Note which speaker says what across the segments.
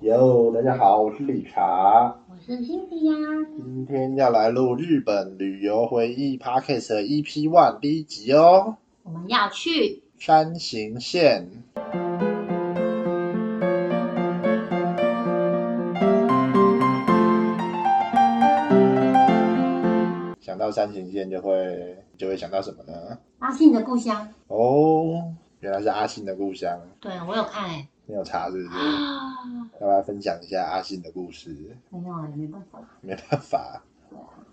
Speaker 1: 哟，大家好，我是理查，
Speaker 2: 我是 Cynthia，
Speaker 1: 今天要来录日本旅游回忆 Podcast 的 EP One 第一集哦，
Speaker 2: 我们要去
Speaker 1: 山形县。想到山形县，就会就会想到什么呢？
Speaker 2: 阿信的故乡。
Speaker 1: 哦，原来是阿信的故乡，
Speaker 2: 对我有看哎、
Speaker 1: 你有查是不是？
Speaker 2: 啊，
Speaker 1: 要不要分享一下阿信的故事？
Speaker 2: 没有啊，没办法，
Speaker 1: 没办法，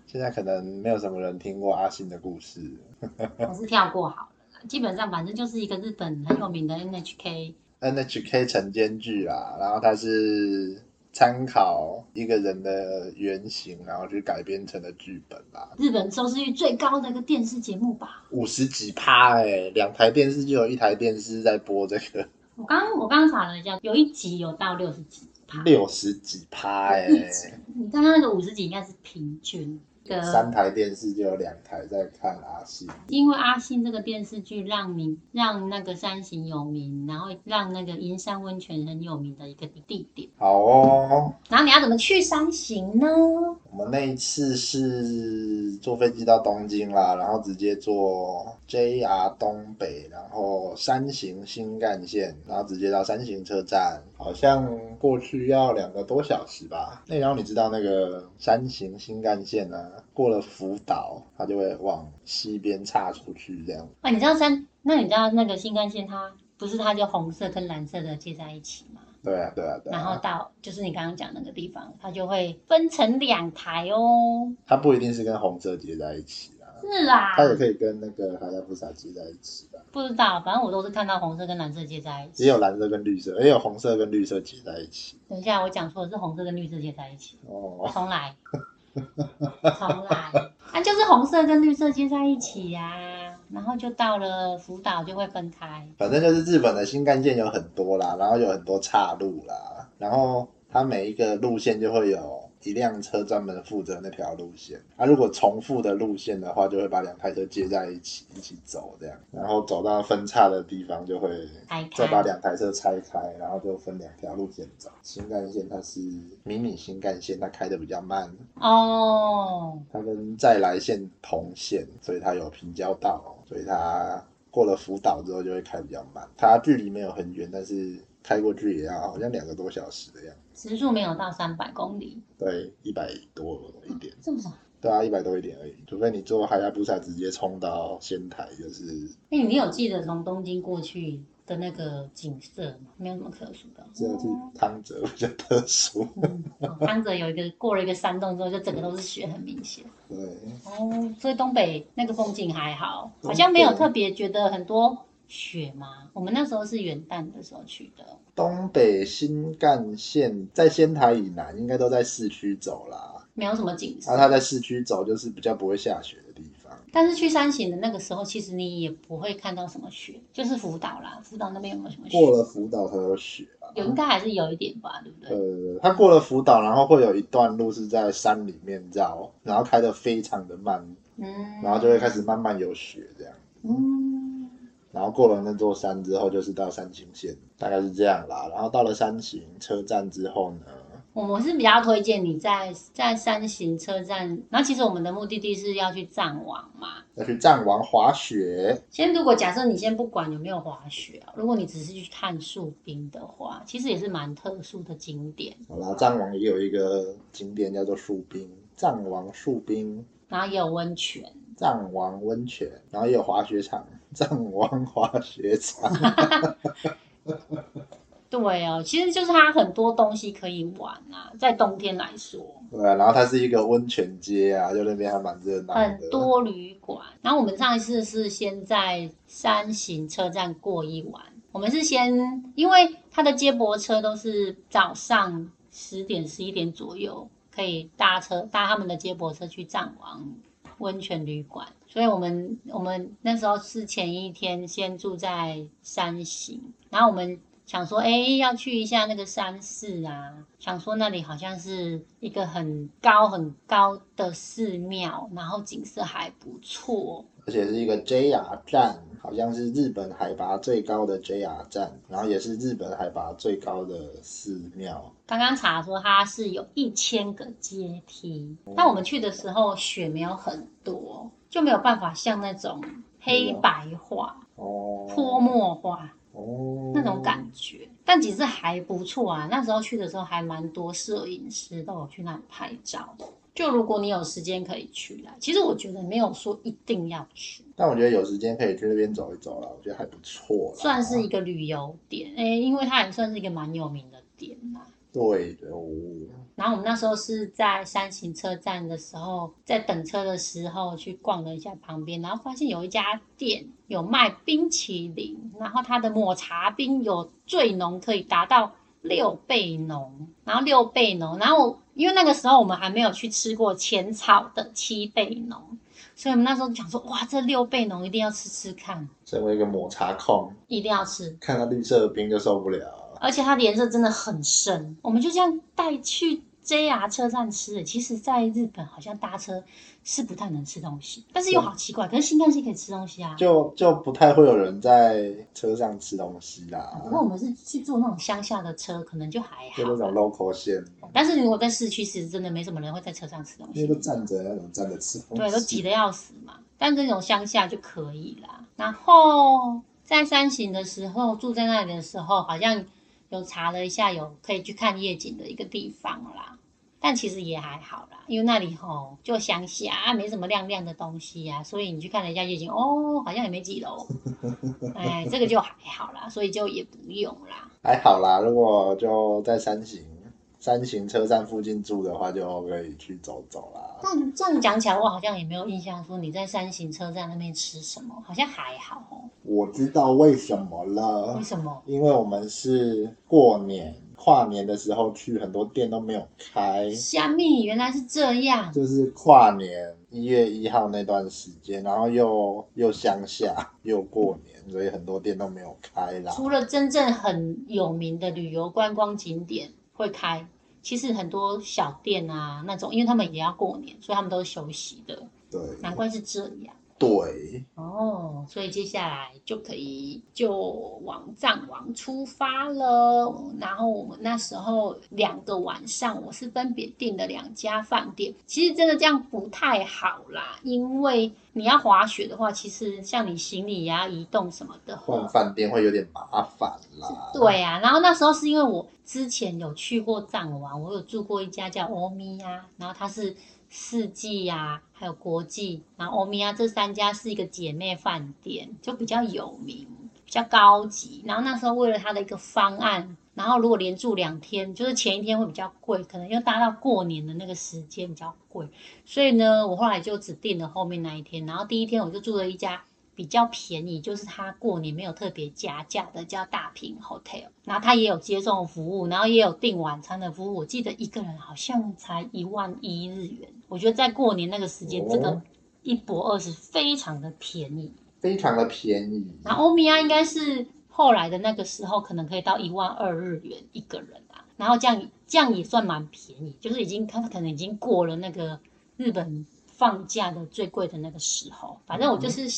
Speaker 1: 现在可能没有什么人听过阿信的故事。
Speaker 2: 还是跳过好了啦。基本上，反正就是一个日本很有名的 NHK，
Speaker 1: NHK 晨间剧啦，啊然后它是参考一个人的原型，然后去改编成的剧本啦，
Speaker 2: 日本收视率最高的一个电视节目吧。
Speaker 1: 五十几趴哎、两台电视就有一台电视在播这个，
Speaker 2: 我刚我刚查了一下，有一集有到六十几趴，
Speaker 1: 六十几趴哎、
Speaker 2: 一集。你刚刚那个五十几应该是平均
Speaker 1: 三
Speaker 2: 的，
Speaker 1: 台电视就有两台在看阿信，
Speaker 2: 因为阿信这个电视剧让名让那个山形有名，然后让那个银山温泉很有名的一个地点。
Speaker 1: 好哦。
Speaker 2: 然后你要怎么去山形呢？哦
Speaker 1: 我们那一次是坐飞机到东京啦，然后直接坐 JR 东北，然后山形新干线，然后直接到山形车站，好像过去要两个多小时吧。那然后你知道那个山形新干线呢、过了福岛，它就会往西边岔出去这样。
Speaker 2: 啊，你知道山？那你知道那个新干线它不是它就红色跟蓝色的接在一起吗？
Speaker 1: 对啊，对啊，对
Speaker 2: 然后
Speaker 1: 啊。
Speaker 2: 到就是你刚刚讲那个地方，它就会分成两台哦。
Speaker 1: 它不一定是跟红色接在一起啦，
Speaker 2: 是啦，
Speaker 1: 它也可以跟那个哈亚布萨接在一起啦，
Speaker 2: 不知道，反正我都是看到红色跟蓝色接在一起。
Speaker 1: 也有蓝色跟绿色，也有红色跟绿色接在一起。
Speaker 2: 等一下，我讲错了，是红色跟绿色接在一起。
Speaker 1: 哦，
Speaker 2: 重来，重来，啊，就是红色跟绿色接在一起呀、然后就到了福岛就会分开。
Speaker 1: 反正就是日本的新干线有很多啦，然后有很多岔路啦，然后它每一个路线就会有一辆车专门负责那条路线。啊，如果重复的路线的话，就会把两台车接在一起一起走这样，然后走到分岔的地方就会
Speaker 2: 拆
Speaker 1: 再把
Speaker 2: 开，
Speaker 1: 两台车拆开，然后就分两条路线走。新干线它是迷你新干线，它开的比较慢，
Speaker 2: 哦，
Speaker 1: 它跟再来线同线，所以它有平交道，所以它过了福岛之后就会开比较慢。它距离没有很远，但是开过去也要好像两个多小时的样子。
Speaker 2: 时速没有到三百公里，
Speaker 1: 对，一百多一点，
Speaker 2: 这么少？
Speaker 1: 对啊，一百多一点而已。除非你坐哈亚布萨直接冲到仙台，就是
Speaker 2: 哎、你有记得从东京过去的那个景色吗？没有什么特殊的。哦
Speaker 1: 只有去汤泽比较特殊。
Speaker 2: 嗯，哦江泽有一个过了一个山洞之后，就整个都是雪，很明显。
Speaker 1: 对，
Speaker 2: 哦，所以东北那个风景还好，
Speaker 1: 东北
Speaker 2: 好像没有特别觉得很多雪嘛。我们那时候是元旦的时候去的，
Speaker 1: 东北新干线在仙台以南应该都在市区走啦。
Speaker 2: 没有什么景
Speaker 1: 那、啊、
Speaker 2: 色。
Speaker 1: 它在市区走就是比较不会下雪的地方。
Speaker 2: 但是去山形的那个时候，其实你也不会看到什么雪，就是福岛啦，福岛那边有没有什么雪？
Speaker 1: 过了福岛才有雪啊。
Speaker 2: 有应该还是有一点吧，对不对？
Speaker 1: 呃，他过了福岛，然后会有一段路是在山里面绕，然后开的非常的慢，
Speaker 2: 嗯，
Speaker 1: 然后就会开始慢慢有雪这样。
Speaker 2: 嗯。
Speaker 1: 然后过了那座山之后，就是到山形县，大概是这样啦。然后到了山形车站之后呢，
Speaker 2: 我我是比较推荐你在在山形车站，然后其实我们的目的地是要去藏王嘛。
Speaker 1: 要去藏王滑雪，
Speaker 2: 先如果假设你先不管有没有滑雪啊，如果你只是去看树冰的话，其实也是蛮特殊的景点，
Speaker 1: 好啦，藏王也有一个景点叫做树冰，藏王树冰，
Speaker 2: 然后也有温泉。
Speaker 1: 藏王温泉，然后也有滑雪场，藏王滑雪场。
Speaker 2: 对哦，其实就是它很多东西可以玩啊，在冬天来说，
Speaker 1: 对啊，然后它是一个温泉街啊，就那边还蛮热闹的。
Speaker 2: 很多旅馆。然后我们上一次是先在山形车站过一晚，我们是先因为它的接驳车都是早上十点十一点左右可以搭车搭他们的接驳车去藏王温泉旅馆，所以我们我们那时候是前一天先住在山形，然后我们想说，哎，要去一下那个山寺啊，想说那里好像是一个很高很高的寺庙，然后景色还不错。
Speaker 1: 而且是一个 JR 站，好像是日本海拔最高的 JR 站，然后也是日本海拔最高的寺庙。
Speaker 2: 刚刚查说它是有一千个阶梯，但我们去的时候雪没有很多，就没有办法像那种黑白画、
Speaker 1: 哦，
Speaker 2: 泼墨画
Speaker 1: 哦，
Speaker 2: 那种感觉，但景色还不错啊。那时候去的时候还蛮多摄影师都有去那里拍照。就如果你有时间可以去啦，其实我觉得没有说一定要去，
Speaker 1: 但我觉得有时间可以去那边走一走了，我觉得还不错啦。
Speaker 2: 算是一个旅游点，诶、因为它也算是一个蛮有名的点啦。
Speaker 1: 对的哦，
Speaker 2: 然后我们那时候是在山形车站的时候，在等车的时候去逛了一下旁边，然后发现有一家店有卖冰淇淋，然后它的抹茶冰有最浓可以达到六倍浓，然后六倍浓，然后我因为那个时候我们还没有去吃过浅草的七倍浓，所以我们那时候就想说，哇，这六倍浓一定要吃吃看，
Speaker 1: 身为一个抹茶控，
Speaker 2: 一定要吃。
Speaker 1: 看到绿色的冰就受不了。
Speaker 2: 而且它的颜色真的很深。我们就这样带去 JR 车站吃的。其实，在日本好像搭车是不太能吃东西，但是又好奇怪，可是新干线可以吃东西啊。
Speaker 1: 就就不太会有人在车上吃东西啦，
Speaker 2: 不过我们是去坐那种乡下的车，可能就还
Speaker 1: 就那种
Speaker 2: 好。
Speaker 1: local 线，
Speaker 2: 但是如果在市区，其实真的没什么人会在车上吃东
Speaker 1: 因
Speaker 2: 西
Speaker 1: 为都，站着，那种站着吃东西，
Speaker 2: 对，都挤得要死嘛。但这种乡下就可以啦。然后在山行的时候，住在那里的时候，好像有查了一下，有可以去看夜景的一个地方啦。但其实也还好啦，因为那里吼就乡下啊，没什么亮亮的东西呀、所以你去看了一下夜景，哦，好像也没几楼，哎，这个就还好啦，所以就也不用啦。
Speaker 1: 还好啦。如果就在山形山形车站附近住的话，就可以去走走啦。
Speaker 2: 但这样讲起来，我好像也没有印象说你在山形车站那边吃什么，好像还好哦。
Speaker 1: 我知道为什么了
Speaker 2: 为，什么？
Speaker 1: 因为我们是过年跨年的时候去，很多店都没有开。
Speaker 2: 虾米原来是这样，
Speaker 1: 就是跨年一月一号那段时间，然后又又乡下又过年，所以很多店都没有开啦。
Speaker 2: 除了真正很有名的旅游观光景点会开，其实很多小店啊那种，因为他们也要过年，所以他们都是休息的，
Speaker 1: 对
Speaker 2: 难怪是这样。
Speaker 1: 对，
Speaker 2: 哦，所以接下来就可以就往藏王出发了。然后我们那时候两个晚上，我是分别订了两家饭店。其实真的这样不太好啦，因为你要滑雪的话，其实像你行李呀、移动什么的话
Speaker 1: 换，饭店会有点麻烦啦。
Speaker 2: 对啊，然后那时候是因为我之前有去过藏王，我有住过一家叫欧米呀，然后它是四季呀、还有国际，然后欧米呀这三家是一个姐妹饭店，就比较有名，比较高级。然后那时候为了它的一个方案，然后如果连住两天，就是前一天会比较贵，可能又搭到过年的那个时间比较贵，所以呢，我后来就只订了后面那一天。然后第一天我就住了一家比较便宜，就是它过年没有特别加价的，叫大平 Hotel。然后它也有接送服务，然后也有订晚餐的服务。我记得一个人好像才一万一日元，我觉得在过年那个时间，
Speaker 1: 哦
Speaker 2: 这个一博二是非常的便宜。
Speaker 1: 非常的便宜。
Speaker 2: 然后欧米亚应该是后来的那个时候，可能可以到一万二日元一个人啊。然后这样这样也算蛮便宜，就是已经他可能已经过了那个日本放假的最贵的那个时候。反正我就是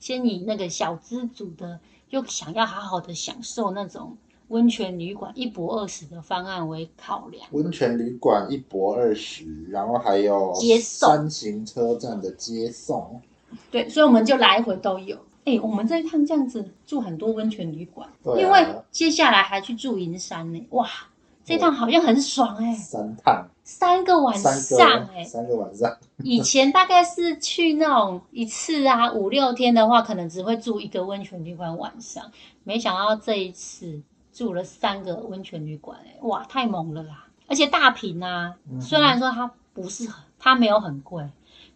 Speaker 2: 先以那个小资族的，又想要好好的享受那种温泉旅馆一博二十的方案为考量。
Speaker 1: 温泉旅馆一博二十，然后还有
Speaker 2: 接送
Speaker 1: 三行车站的接送，
Speaker 2: 对，所以我们就来回都有。哎、我们这一趟这样子住很多温泉旅馆，
Speaker 1: 对啊
Speaker 2: 因为接下来还去住银山呢、哇，这一趟好像很爽哎、
Speaker 1: 三趟，
Speaker 2: 三个晚
Speaker 1: 三
Speaker 2: 上
Speaker 1: 个
Speaker 2: 哎、
Speaker 1: 三个晚上，
Speaker 2: 以前大概是去那种一次啊五六天的话，可能只会住一个温泉旅馆晚上，没想到这一次住了三个温泉旅馆哎、哇，太猛了啦！而且大瓶啊，
Speaker 1: 嗯
Speaker 2: 虽然说它不是很，它没有很贵，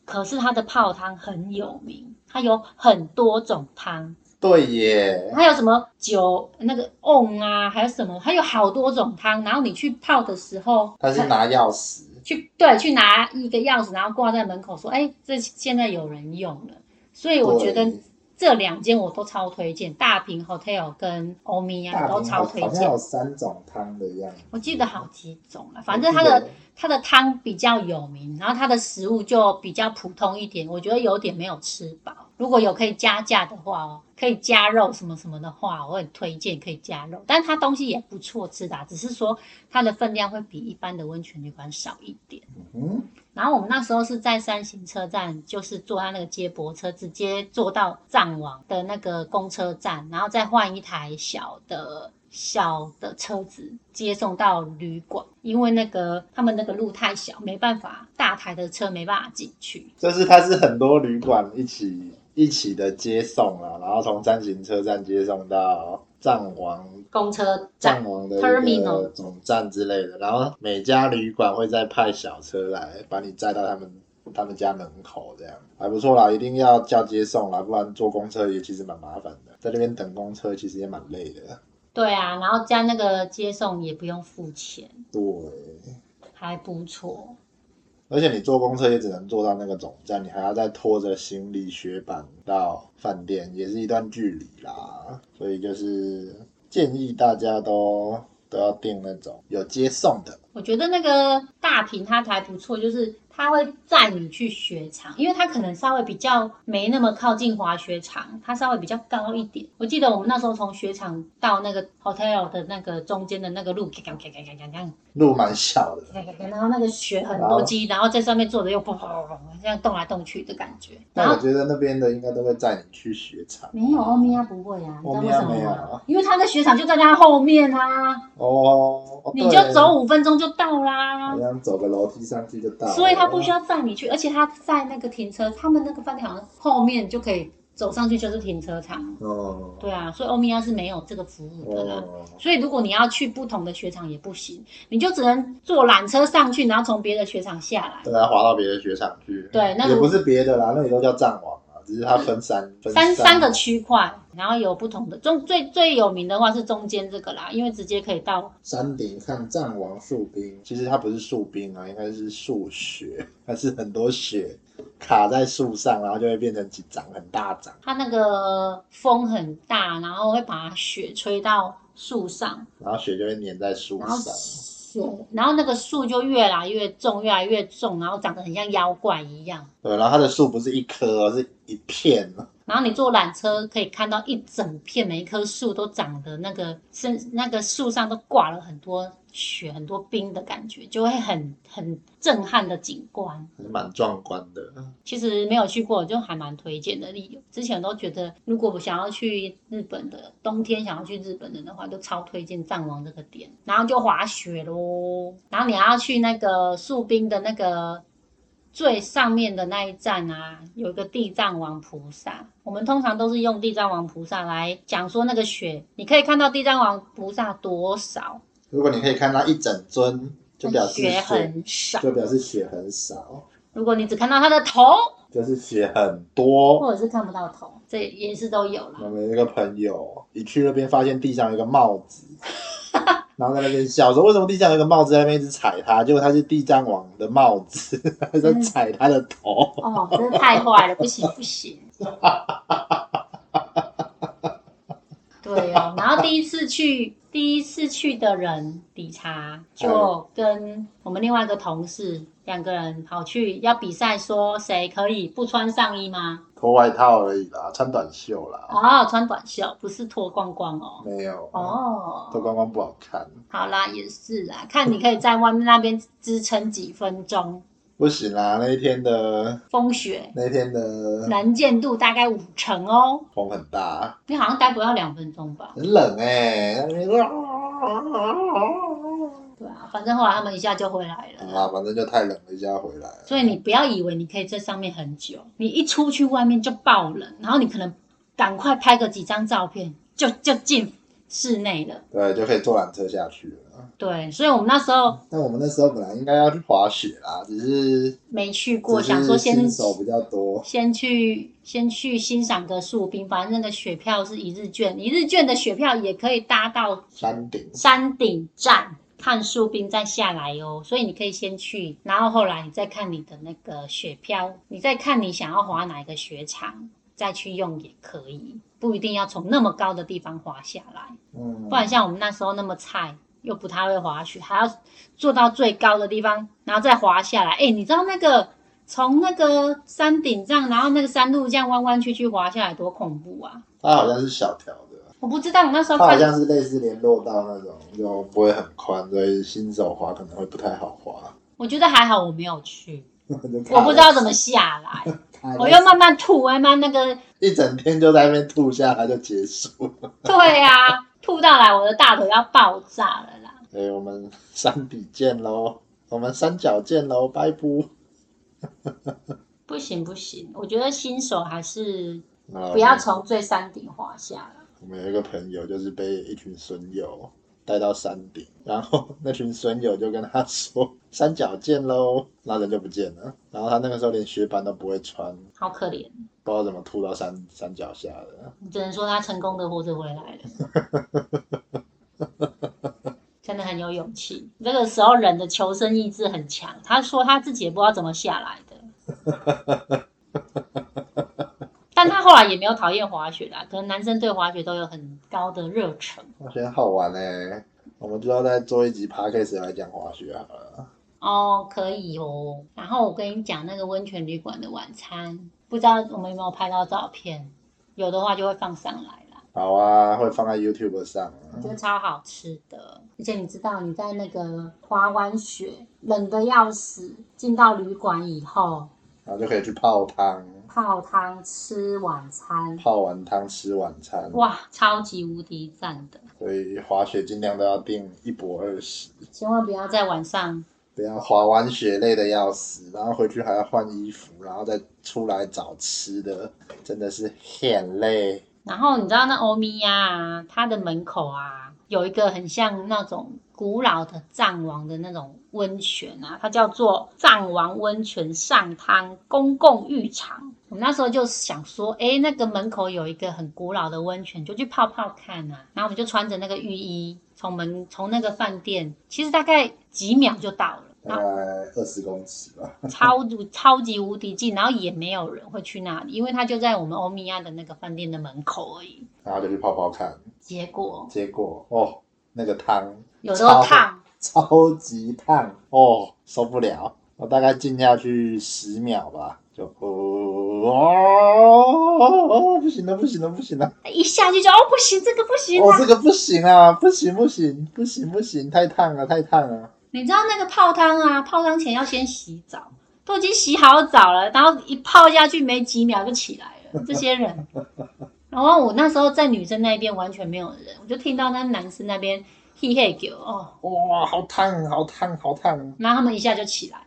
Speaker 2: 可是它的泡汤很有名，它有很多种汤，
Speaker 1: 对耶，
Speaker 2: 还有什么酒那个瓮啊，还有什么，还有好多种汤。然后你去泡的时候，
Speaker 1: 他
Speaker 2: 呃
Speaker 1: 是拿钥匙，
Speaker 2: 去对去拿一个钥匙，然后挂在门口说：“哎，这现在有人用了。”所以我觉得
Speaker 1: 对
Speaker 2: 这两间我都超推荐，大平 Hotel 跟欧米亚
Speaker 1: 大
Speaker 2: 都
Speaker 1: 平
Speaker 2: 超
Speaker 1: 好
Speaker 2: 推
Speaker 1: 好像
Speaker 2: 荐
Speaker 1: 有。三种汤的样子。
Speaker 2: 我记得好几种了，反
Speaker 1: 我
Speaker 2: 正
Speaker 1: 记
Speaker 2: 它的
Speaker 1: 得
Speaker 2: 它的汤比较有名，然后它的食物就比较普通一点，我觉得有点没有吃饱。如果有可以加价的话哦，可以加肉什么什么的话，我很推荐可以加肉。但它东西也不错吃的啊、只是说它的分量会比一般的温泉旅馆少一点。
Speaker 1: 嗯，
Speaker 2: 然后我们那时候是在三行车站，就是坐他那个接驳车，直接坐到藏王的那个公车站，然后再换一台小的小的车子接送到旅馆，因为那个他们那个路太小，没办法，大台的车没办法进去。
Speaker 1: 就是它是很多旅馆一起一起的接送啊，然后从三行车站接送到藏王
Speaker 2: 公车
Speaker 1: 藏
Speaker 2: 站，
Speaker 1: 王的一
Speaker 2: Terminal
Speaker 1: 个总站之类的，然后每家旅馆会再派小车来把你载到他们他们家门口，这样还不错啦。一定要叫接送啦，不然坐公车也其实蛮麻烦的，在那边等公车其实也蛮累的。
Speaker 2: 对啊，然后加那个接送也不用付钱，
Speaker 1: 对，
Speaker 2: 还不错。
Speaker 1: 而且你坐公车也只能坐到那个总站，你还要再拖着行李雪板到饭店，也是一段距离啦。所以就是建议大家都都要订那种有接送的。
Speaker 2: 我觉得那个大屏它还不错，就是它会载你去雪场，因为它可能稍微比较没那么靠近滑雪场，它稍微比较高一点。我记得我们那时候从雪场到那个 hotel 的那个中间的那个路，咔咔咔咔咔咔
Speaker 1: 路蛮小的，
Speaker 2: 咔咔咔然后那个雪很多
Speaker 1: 哦
Speaker 2: 积，然后在上面坐着又砰砰砰砰这样动来动去的感觉。然
Speaker 1: 但我
Speaker 2: 后
Speaker 1: 觉得那边的应该都会载你去雪场。
Speaker 2: 没有欧米亚不会啊，你知道为什
Speaker 1: 欧米亚
Speaker 2: 么
Speaker 1: 没
Speaker 2: 吗
Speaker 1: 有？
Speaker 2: 因为它的雪场就在它后面啊，
Speaker 1: 哦，哦
Speaker 2: 你就走，五分钟就到啦。
Speaker 1: 对好像走个楼梯上去就到了。
Speaker 2: 所以他
Speaker 1: 嗯
Speaker 2: 不需要载你去，而且他在那个停车，他们那个饭店好像后面就可以走上去就是停车场。
Speaker 1: 哦。
Speaker 2: 对啊啊，所以欧米亚是没有这个服务的啦。
Speaker 1: 哦，
Speaker 2: 所以如果你要去不同的雪场也不行，你就只能坐缆车上去，然后从别的雪场下来。
Speaker 1: 对啊，滑到别的雪场去。
Speaker 2: 对那如
Speaker 1: 也不是别的啦，那里都叫藏王啊，只是它分三分
Speaker 2: 三三
Speaker 1: 三
Speaker 2: 个区块，然后有不同的中最最有名的话是中间这个啦，因为直接可以到
Speaker 1: 山顶看藏王树冰，其实它不是树冰啊，应该是树雪，它是很多雪卡在树上，然后就会变成几张很大张。
Speaker 2: 它那个风很大，然后会把雪吹到树上，
Speaker 1: 然后雪就会粘在树
Speaker 2: 然后
Speaker 1: 上。
Speaker 2: 雪，然后那个树就越来越重，越来越重，然后长得很像妖怪一样。
Speaker 1: 对，然后它的树不是一棵哦，是一片哦。
Speaker 2: 然后你坐缆车可以看到一整片，每一棵树都长得那个身那个树上都挂了很多雪、很多冰的感觉，就会很很震撼的景观。
Speaker 1: 还蛮壮观的。
Speaker 2: 其实没有去过，就还蛮推荐的。理由之前都觉得，如果我想要去日本的冬天，想要去日本的的话，都超推荐藏王这个点。然后就滑雪咯，然后你还要去那个树冰的那个最上面的那一站啊，有一个地藏王菩萨。我们通常都是用地藏王菩萨来讲说那个雪，你可以看到地藏王菩萨多少，
Speaker 1: 如果你可以看到一整尊，就表示
Speaker 2: 雪很少。
Speaker 1: 就表示雪很少，
Speaker 2: 如果你只看到它的头，
Speaker 1: 就是雪很多。
Speaker 2: 或者是看不到头，这也是都有啦。
Speaker 1: 我们有一个朋友，一去那边发现地上有一个帽 子，然后在那边笑说：“为什么地上有一个帽子？”在那边一直踩它，结果它是地藏王的帽子， 他在踩他的头。
Speaker 2: 哦，真的太坏了，不行不行。对哦，然后第一次去， 第一次去的人理查就跟我们另外一个同事两个人跑去要比赛，说谁可以不穿上衣吗？
Speaker 1: 脱外套而已啦，穿短袖啦，
Speaker 2: 哦，穿短袖，不是脱光光哦。
Speaker 1: 没有，脱
Speaker 2: 哦，
Speaker 1: 光光不好看，
Speaker 2: 好啦，也是啦，看你可以在外面那边支撑几分钟，
Speaker 1: 不行啦。那一天的
Speaker 2: 风雪
Speaker 1: 那一天的
Speaker 2: 能见度大概五成哦。
Speaker 1: 风很大，
Speaker 2: 你好像待不到两分钟吧？
Speaker 1: 很冷哎、欸。
Speaker 2: 对啊，反正后来他们一下就回来了。
Speaker 1: 啊，反正就太冷了，一下回来了。
Speaker 2: 所以你不要以为你可以在上面很久，你一出去外面就爆冷，然后你可能赶快拍个几张照片，就就进室内了。
Speaker 1: 对，就可以坐缆车下去了。
Speaker 2: 对，所以我们那时候
Speaker 1: 但我们那时候本来应该要去滑雪啦，只是
Speaker 2: 没去过，
Speaker 1: 只是
Speaker 2: 想说先
Speaker 1: 新手比较多，
Speaker 2: 先去先去欣赏个树冰，反正那个雪票是一日券，一日券的雪票也可以搭到
Speaker 1: 山顶
Speaker 2: 山顶站看树冰再下来哦，所以你可以先去，然后后来你再看你的那个雪票，你再看你想要滑哪一个雪场，再去用也可以，不一定要从那么高的地方滑下来。
Speaker 1: 嗯，
Speaker 2: 不然像我们那时候那么菜，又不太会滑雪，还要坐到最高的地方，然后再滑下来。哎，你知道那个从那个山顶上，然后那个山路这样弯弯曲曲滑下来多恐怖啊！
Speaker 1: 它好像是小条的，
Speaker 2: 我不知道，我那时候
Speaker 1: 它好
Speaker 2: 看，
Speaker 1: 像是类似联络道那种，就不会很宽，所以新手滑可能会不太好滑。
Speaker 2: 我觉得还好我没有去，
Speaker 1: 我
Speaker 2: 我不知道怎么下来，哎我又慢慢吐，慢慢那个，
Speaker 1: 一整天就在那边吐下来就结束了。
Speaker 2: 对啊，吐到来我的大腿要爆炸了啦！
Speaker 1: 所哎以我们三笔见喽，我们三角见喽，拜拜。
Speaker 2: 不行不行，我觉得新手还是
Speaker 1: 不
Speaker 2: 不要从最山顶滑下来。
Speaker 1: 我们有一个朋友，就是被一群损友带到山顶，然后 那群损友就跟他说“山脚见喽”，那人就不见了。然后他那个时候连雪板都不会穿，
Speaker 2: 好可怜，
Speaker 1: 不知道怎么吐到山山脚下的。
Speaker 2: 只能说他成功的活着回来了，真的很有勇气。这个时候人的求生意志很强，他说他自己也不知道怎么下来的，但他后来也没有讨厌滑雪啦，可能男生对滑雪都有很高的热忱
Speaker 1: 滑雪好玩呢、我们之后再做一集 podcast 来讲滑雪好了。
Speaker 2: 哦，可以哦。然后我跟你讲那个温泉旅馆的晚餐，不知道我们有没有拍到照片，有的话就会放上来啦。
Speaker 1: 好啊，会放在 YouTube 上
Speaker 2: 我
Speaker 1: 啊
Speaker 2: 觉。得超好吃的。而且你知道你在那个滑完雪，冷的要死，进到旅馆以后
Speaker 1: 然后就可以去泡汤，
Speaker 2: 泡汤吃晚餐，
Speaker 1: 泡完汤吃晚餐。
Speaker 2: 哇，超级无敌赞的！
Speaker 1: 所以滑雪尽量都要定一博二十。
Speaker 2: 千万不要在晚上，
Speaker 1: 不要滑完雪累得要死，然后回去还要换衣服，然后再出来找吃的，真的是很累。
Speaker 2: 然后你知道那欧米亚啊，它的门口啊有一个很像那种古老的藏王的那种温泉啊，它叫做藏王温泉上汤公共浴场。我们那时候就想说，诶，那个门口有一个很古老的温泉，就去泡泡看啊。然后我们就穿着那个浴衣，从门 从那个饭店，其实大概几秒就到了。然
Speaker 1: 大
Speaker 2: 后
Speaker 1: 概二十公尺吧，
Speaker 2: 超级超级无敌近，然后也没有人会去那里，因为它就在我们欧米亚的那个饭店的门口而已。
Speaker 1: 然后就去泡泡看，
Speaker 2: 结果
Speaker 1: 结果哦，那个汤
Speaker 2: 有时候烫，
Speaker 1: 超级烫哦，受不了，我大概浸下去十秒吧，就哦哦哦，不行了，不行了，不行了，
Speaker 2: 一下去就哦不行，这个不行
Speaker 1: 哦
Speaker 2: 啊！
Speaker 1: 这个不行啊，不行不行不行不行，太烫了，太烫了。
Speaker 2: 你知道那个泡汤啊，泡汤前要先洗澡，都已经洗好澡了，然后一泡下去没几秒就起来了，这些人。然后我那时候在女生那边完全没有人，我就听到那男生那边嘿嘿狗哦，
Speaker 1: 哇，好烫，好烫，好烫！
Speaker 2: 然后他们一下就起来了。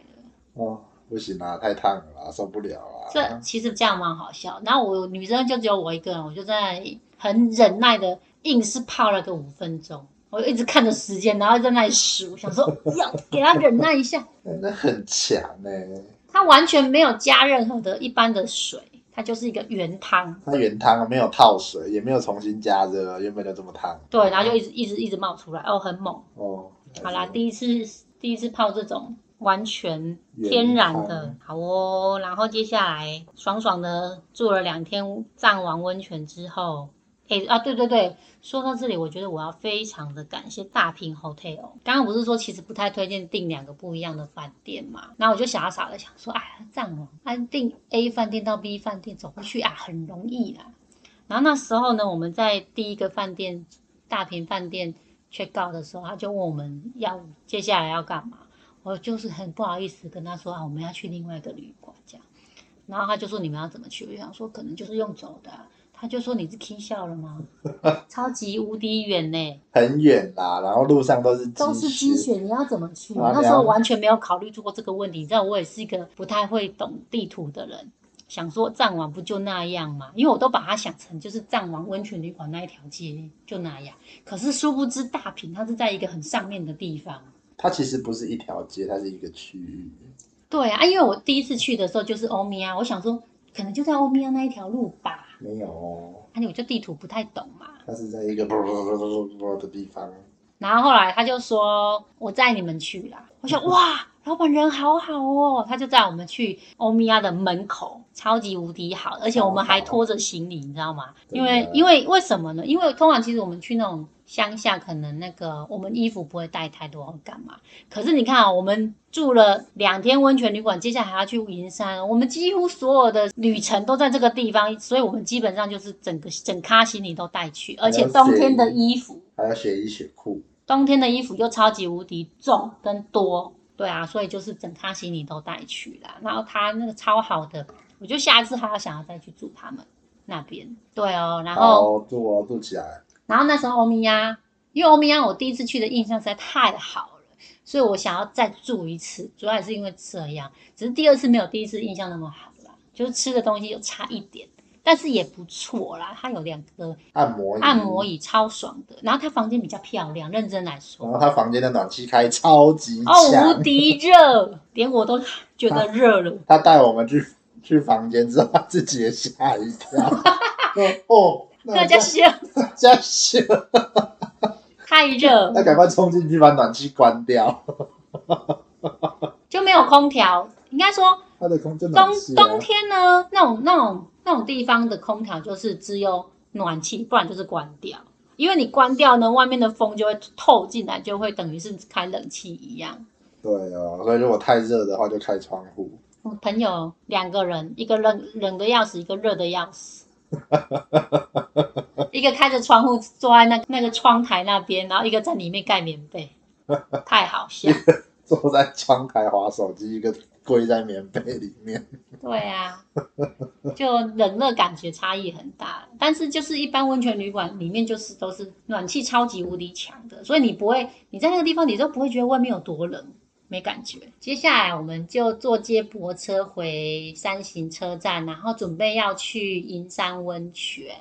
Speaker 1: 哦，不行啦，太烫了啦，受不了
Speaker 2: 这
Speaker 1: 啦。
Speaker 2: 其实这样蛮好笑。然后我女生就只有我一个人，我就在那里很忍耐的，硬是泡了个五分钟。我一直看着时间，然后在那里数，想说 要给他忍耐一下。
Speaker 1: 那很强哎、
Speaker 2: 它完全没有加任何的一般的水，它就是一个原汤。
Speaker 1: 它原汤没有泡水，也没有重新加热，原本就这么烫。
Speaker 2: 对，然后就一直一直一直冒出来，哦，很猛。
Speaker 1: 哦，
Speaker 2: 好啦，第一次第一次泡这种完全
Speaker 1: 原
Speaker 2: 天然
Speaker 1: 汤
Speaker 2: 的，好哦。然后接下来爽爽的住了两天藏王温泉之后，哎啊，对对对，说到这里，我觉得我要非常的感谢大平 hotel。刚刚不是说其实不太推荐订两个不一样的饭店嘛？然后我就傻傻的想说，哎，这样哦，啊订 A 饭店到 B 饭店走过去啊，很容易啦。然后那时候呢，我们在第一个饭店大平饭店 check out 的时候，他就问我们要接下来要干嘛。我就是很不好意思跟他说啊，我们要去另外一个旅馆这样。然后他就说你们要怎么去？我就想说可能就是用走的啊、他就说你是 k 笑了吗？ 超级无敌远呢，
Speaker 1: 很远啦，然后路上都是积
Speaker 2: 都是积雪，你要怎么去？
Speaker 1: 啊
Speaker 2: 那
Speaker 1: 你
Speaker 2: 时候
Speaker 1: 要
Speaker 2: 完全没有考虑过这个问题，你知道我也是一个不太会懂地图的人，想说藏王不就那样嘛，因为我都把它想成就是藏王温泉旅馆那一条街就那样，可是殊不知大坪它是在一个很上面的地方。
Speaker 1: 它其实不是一条街，它是一个区域。
Speaker 2: 对啊，因为我第一次去的时候就是欧米亚，我想说可能就在欧米亚那一条路吧，
Speaker 1: 没有哦，
Speaker 2: 而且我就地图不太懂嘛，
Speaker 1: 它是在一个的地方。
Speaker 2: 然后后来他就说我载你们去啦，我想哇，老板人好好哦，他就在我们去欧米亚的门口，超级无敌好，而且我们还拖着行李，你知道吗？因为
Speaker 1: 真的
Speaker 2: 因为为什么呢？因为通常其实我们去那种乡下，可能那个我们衣服不会带太多，或干嘛？可是你看啊、我们住了两天温泉旅馆，接下来还要去云山，我们几乎所有的旅程都在这个地方，所以我们基本上就是整个整咖行李都带去，而且
Speaker 1: 了解
Speaker 2: 冬天的衣服。
Speaker 1: 还要雪衣雪裤，
Speaker 2: 冬天的衣服又超级无敌重跟多，对啊，所以就是整他行李都带去啦。然后他那个超好的，我就下一次还要想要再去住他们那边。对哦，然后
Speaker 1: 好住哦，住起来，
Speaker 2: 然后那时候欧米亚，因为欧米亚我第一次去的印象实在太好了，所以我想要再住一次，主要也是因为这样，只是第二次没有第一次印象那么好啦，就是吃的东西有差一点，但是也不错啦。它有两个
Speaker 1: 按摩椅
Speaker 2: 按摩，椅超爽的，然后它房间比较漂亮，认真来说
Speaker 1: 然。后他房间的暖气开超级
Speaker 2: 哦，无
Speaker 1: 强，
Speaker 2: 敌热，连我都觉得 热了。
Speaker 1: 他带我们去去房间之后，他自己也吓一 跳，说哦，
Speaker 2: 大
Speaker 1: 那
Speaker 2: 家
Speaker 1: 家
Speaker 2: 是
Speaker 1: 大家 醒，
Speaker 2: 太热，
Speaker 1: 那赶快冲进去把暖气关掉，
Speaker 2: 就没有空调。应该说
Speaker 1: 他的空间暖
Speaker 2: 冬
Speaker 1: 气啊
Speaker 2: 冬天呢，那种那种那种地方的空调就是只有暖气，不然就是关掉。因为你关掉呢，外面的风就会透进来，就会等于是开冷气一样。
Speaker 1: 对哦，所以如果太热的话就开窗户，
Speaker 2: 我朋友两个人，一个冷冷的要死，一个热的要死。一个开着窗户坐在那那个窗台那边，然后一个在里面盖棉被，太好笑。
Speaker 1: 坐在窗台划手机，一个跪在棉被里面，
Speaker 2: 对啊，就冷热感觉差异很大，但是就是一般温泉旅馆里面就是都是暖气超级无敌强的，所以你不会你在那个地方你都不会觉得外面有多冷，没感觉。接下来我们就坐接驳车回山形车站，然后准备要去银山温泉。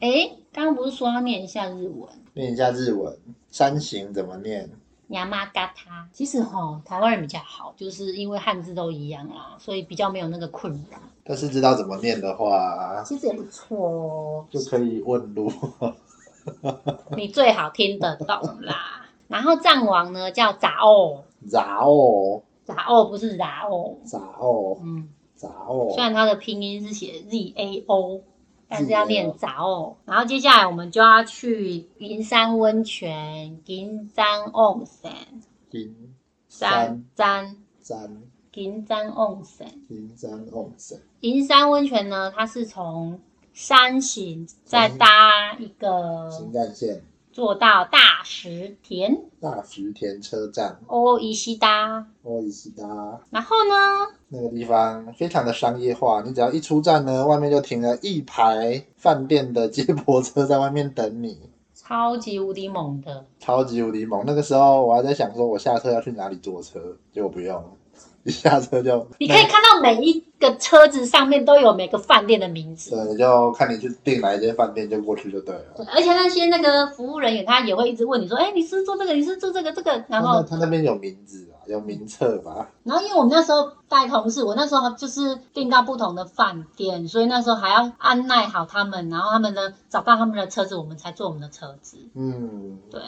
Speaker 2: 诶，刚刚不是说要念一下日文？
Speaker 1: 念一下日文，山形怎么念？
Speaker 2: 亚麻嘎他，其实吼台湾人比较好，就是因为汉字都一样啊，所以比较没有那个困扰。
Speaker 1: 但是知道怎么念的话，
Speaker 2: 其实也不错哦。
Speaker 1: 就可以问路。
Speaker 2: 你最好听得懂啦。然后藏王呢叫杂哦，
Speaker 1: 然后，
Speaker 2: 杂哦不是杂哦，
Speaker 1: 然后，
Speaker 2: 嗯，
Speaker 1: 然
Speaker 2: 虽
Speaker 1: 后，
Speaker 2: 然它的拼音是写 Z A O，但是要念杂哦。然后接下来我们就要去银山温泉，银山 onsen，
Speaker 1: 金
Speaker 2: 山
Speaker 1: 山
Speaker 2: 山
Speaker 1: 山
Speaker 2: 银山 onsen。
Speaker 1: 金山旺盛，
Speaker 2: 银山温泉呢，它是从山形再搭一个
Speaker 1: 新干线
Speaker 2: 坐到大石田
Speaker 1: 大石田车站，
Speaker 2: 哦伊西达，
Speaker 1: 哦，伊斯达
Speaker 2: 然后呢
Speaker 1: 那个地方非常的商业化，你只要一出站呢，外面就停了一排饭店的接驳车在外面等你。
Speaker 2: 超级无敌猛的，
Speaker 1: 超级无敌猛！那个时候我还在想说，我下车要去哪里坐车，结果不用， 一下车就
Speaker 2: 你可以看到每一个车子上面都有每个饭店的名字，
Speaker 1: 对，就看你去订哪一间饭店就过去就对了。
Speaker 2: 对而且那些那个服务人员他也会一直问你说，哎、你是做这个，你是做这个这个，然后
Speaker 1: 他那边有名字啊，有名册吧？
Speaker 2: 然后因为我们那时候带同事，我那时候就是订到不同的饭店，所以那时候还要按耐好他们，然后他们呢找到他们的车子，我们才坐我们的车子，
Speaker 1: 嗯，
Speaker 2: 对。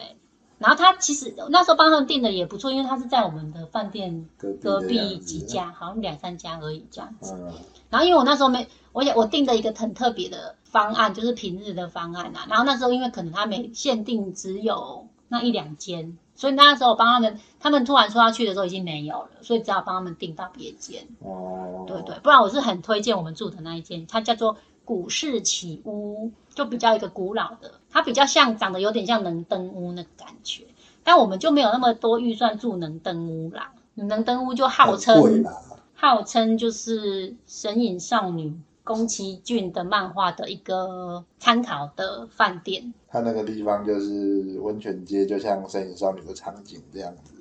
Speaker 2: 然后他其实那时候帮他们订的也不错，因为他是在我们的饭店
Speaker 1: 隔壁
Speaker 2: 隔
Speaker 1: 的
Speaker 2: 壁
Speaker 1: 样
Speaker 2: 几
Speaker 1: 子。
Speaker 2: 家，好像两三家而已这样子。
Speaker 1: 嗯，
Speaker 2: 然后因为我那时候没，我也我定的一个很特别的方案，就是平日的方案啊。然后那时候因为可能他没限定只有那一两间，所以那时候我帮他们，他们突然说要去的时候已经没有了，所以只好帮他们订到别间。
Speaker 1: 哦，
Speaker 2: 对对，不然我是很推荐我们住的那一间，它叫做古市起屋，就比较一个古老的，它比较像长得有点像能登屋那个感觉，但我们就没有那么多预算住能登屋啦。能登屋就
Speaker 1: 很
Speaker 2: 号
Speaker 1: 贵哦
Speaker 2: 称
Speaker 1: 啦，
Speaker 2: 号称就是《神隐少女》宫崎骏的漫画的一个参考的饭店。
Speaker 1: 他那个地方就是温泉街，就像《身影少女》的场景这样子。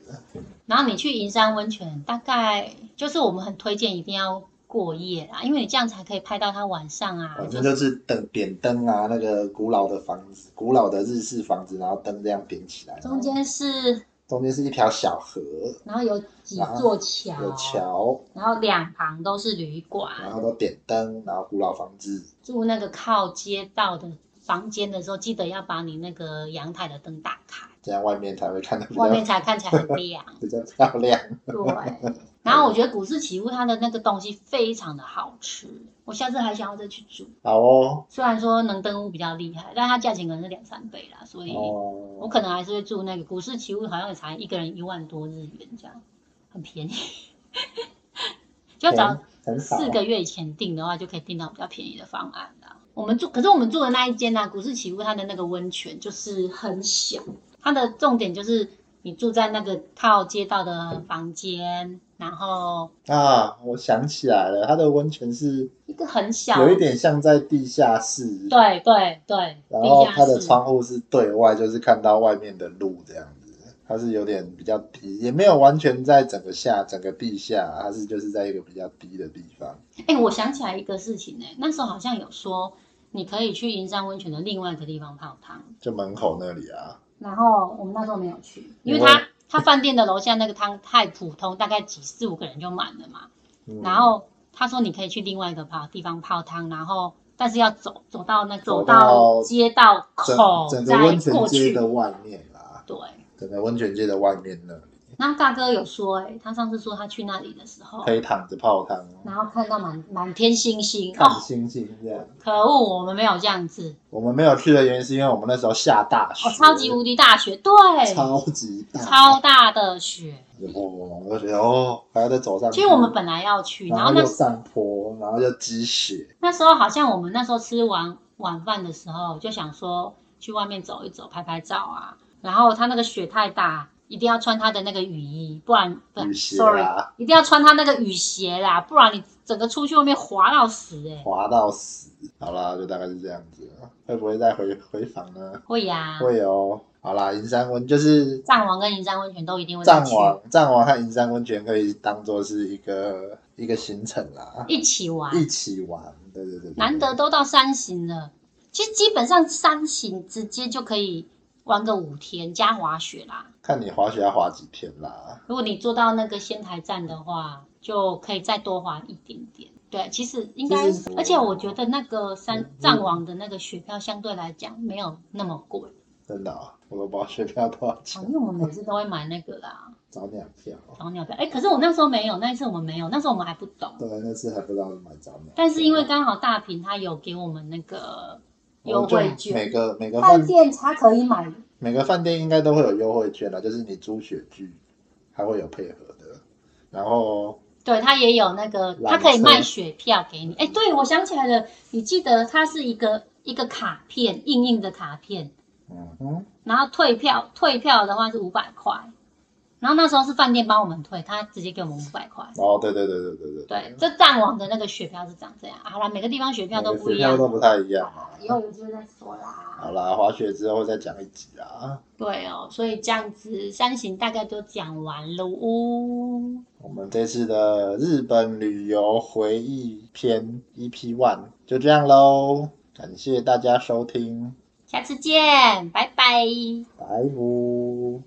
Speaker 2: 然后你去银山温泉，大概就是我们很推荐一定要过夜啦，因为你这样才可以拍到它晚上啊，
Speaker 1: 反
Speaker 2: 就
Speaker 1: 正
Speaker 2: 是
Speaker 1: 就是灯点灯啊，那个古老的房子，古老的日式房子，然后灯这样点起来，
Speaker 2: 中间是，
Speaker 1: 中间是一条小河，
Speaker 2: 然后有几座桥，
Speaker 1: 有桥，
Speaker 2: 然后两旁都是旅
Speaker 1: 然
Speaker 2: 馆，
Speaker 1: 后都点灯，然后古老房子，
Speaker 2: 住那个靠街道的房间的时候，记得要把你那个阳台的灯打开，
Speaker 1: 这样外面才会看得比
Speaker 2: 外
Speaker 1: 较
Speaker 2: 面才看起来很亮。
Speaker 1: 比较漂亮。
Speaker 2: 对，然后我觉得古市起屋它的那个东西非常的好吃，我下次还想要再去煮。
Speaker 1: 好哦，
Speaker 2: 虽然说能登屋比较厉害，但它价钱可能是两三倍啦，所以哎我
Speaker 1: 哦，
Speaker 2: 可能还是会住那个古市起屋，好像也才一个人一万多日元这样，很便宜。 就
Speaker 1: 很
Speaker 2: 找
Speaker 1: 很好
Speaker 2: 四个月以前订的话，就可以订到比较便宜的方案啦。我们住，可是我们住的那一间呢、啊，古市起屋，它的那个温泉就是很小，它的重点就是你住在那个靠街道的房间，然后
Speaker 1: 啊！我想起来了，它的温泉是
Speaker 2: 一个很小，
Speaker 1: 有一点像在地下室，
Speaker 2: 对对对，
Speaker 1: 然
Speaker 2: 地
Speaker 1: 后
Speaker 2: 下室
Speaker 1: 它的窗户是对外，就是看到外面的路这样子。它是有点比较低，也没有完全在整个下整个地下，它是就是在一个比较低的地方。
Speaker 2: 哎、我想起来一个事情呢、那时候好像有说你可以去银山温泉的另外一个地方泡汤，
Speaker 1: 就门口那里啊，
Speaker 2: 然后我们那时候没有去，因为
Speaker 1: 因为
Speaker 2: 他他饭店的楼下那个汤太普通，大概几四五个人就满了嘛。
Speaker 1: 嗯、
Speaker 2: 然后他说你可以去另外一个泡地方泡汤，然后但是要走走到那
Speaker 1: 走
Speaker 2: 走
Speaker 1: 到
Speaker 2: 到街道
Speaker 1: 整
Speaker 2: 口
Speaker 1: 整个温
Speaker 2: 再
Speaker 1: 泉
Speaker 2: 过
Speaker 1: 街
Speaker 2: 去。
Speaker 1: 的外面啦，
Speaker 2: 对，
Speaker 1: 整个温泉街的外面那里
Speaker 2: 那大哥有说、欸，他上次说他去那里的时候，
Speaker 1: 可以躺着泡汤，
Speaker 2: 然后看到满满天星星
Speaker 1: 看
Speaker 2: 哦，
Speaker 1: 星星这样。
Speaker 2: 可恶，我们没有这样子，
Speaker 1: 我们没有去的原因是因为我们那时候下大雪，
Speaker 2: 哦，超级无敌大雪，对，
Speaker 1: 超级大，
Speaker 2: 超大的雪。
Speaker 1: 然后我就觉得哦，还要再走上去。
Speaker 2: 其实我们本来要去，然
Speaker 1: 然
Speaker 2: 后
Speaker 1: 后
Speaker 2: 那
Speaker 1: 又上坡，然后又积雪，
Speaker 2: 那时候好像我们那时候吃完晚饭的时候，就想说去外面走一走，拍拍照啊。然后他那个雪太大，一定要穿他的那个雨衣，不然不
Speaker 1: 雨鞋
Speaker 2: s o r r
Speaker 1: 啊
Speaker 2: y 一定要穿他那个雨鞋啦，不然你整个出去外面滑到死哎、
Speaker 1: 滑到死。好啦，就大概是这样子了。会不会再回回访呢？
Speaker 2: 会呀、
Speaker 1: 会哦。好啦，银山温就是
Speaker 2: 藏王跟银山温泉都一定会
Speaker 1: 藏
Speaker 2: 去
Speaker 1: 王，藏王和银山温泉可以当做是一个一个行程啦，
Speaker 2: 一起玩，
Speaker 1: 一起玩，对对对对
Speaker 2: 难得都到山行了。其实基本上山行直接就可以玩个五天加滑雪啦。
Speaker 1: 看你滑雪要滑几天啦，
Speaker 2: 如果你坐到那个仙台站的话，就可以再多滑一点点。对，其实应该
Speaker 1: 其实，
Speaker 2: 而且我觉得那个
Speaker 1: 嗯
Speaker 2: 三藏王的那个雪票相对来讲没有那么贵，
Speaker 1: 真的哦、我都不知道雪票多少
Speaker 2: 啊
Speaker 1: 钱，
Speaker 2: 因为我们每次都会买那个啦，
Speaker 1: 早鸟票。
Speaker 2: 早鸟票。哎，可是我那时候没有，那一次我们没有，那时候我们还不懂。
Speaker 1: 对，那次还不知道买早鸟，
Speaker 2: 但是因为刚好大平他有给我们那个优惠
Speaker 1: 我们就每
Speaker 2: 券，
Speaker 1: 个每个
Speaker 2: 饭
Speaker 1: 饭
Speaker 2: 店他可以买。
Speaker 1: 每个饭店应该都会有优惠券啦，就是你租雪具还会有配合的，然后
Speaker 2: 对他也有那个，
Speaker 1: 缆
Speaker 2: 他可以
Speaker 1: 车
Speaker 2: 卖雪票给你。哎，对，我想起来了，你记得它是一个一个卡片，硬硬的卡片，
Speaker 1: 嗯哼，
Speaker 2: 然后退票，退票的话是五百块，然后那时候是饭店帮我们退，他直接给我们五百块。
Speaker 1: 哦对对对对对对
Speaker 2: 对，，这藏王的那个雪票是长这样，好啦，每个地方雪票
Speaker 1: 每
Speaker 2: 都
Speaker 1: 个
Speaker 2: 不
Speaker 1: 雪
Speaker 2: 一
Speaker 1: 票
Speaker 2: 样，
Speaker 1: 都不太一样啊。
Speaker 2: 以后有机会再说啦。
Speaker 1: 好啦，滑雪之后再讲一集啊。
Speaker 2: 对哦，所以这样子山行大概都讲完了哦呜。
Speaker 1: 我们这次的日本旅游回忆篇 EP One 就这样喽，感谢大家收听，
Speaker 2: 下次见，拜拜。
Speaker 1: 拜拜。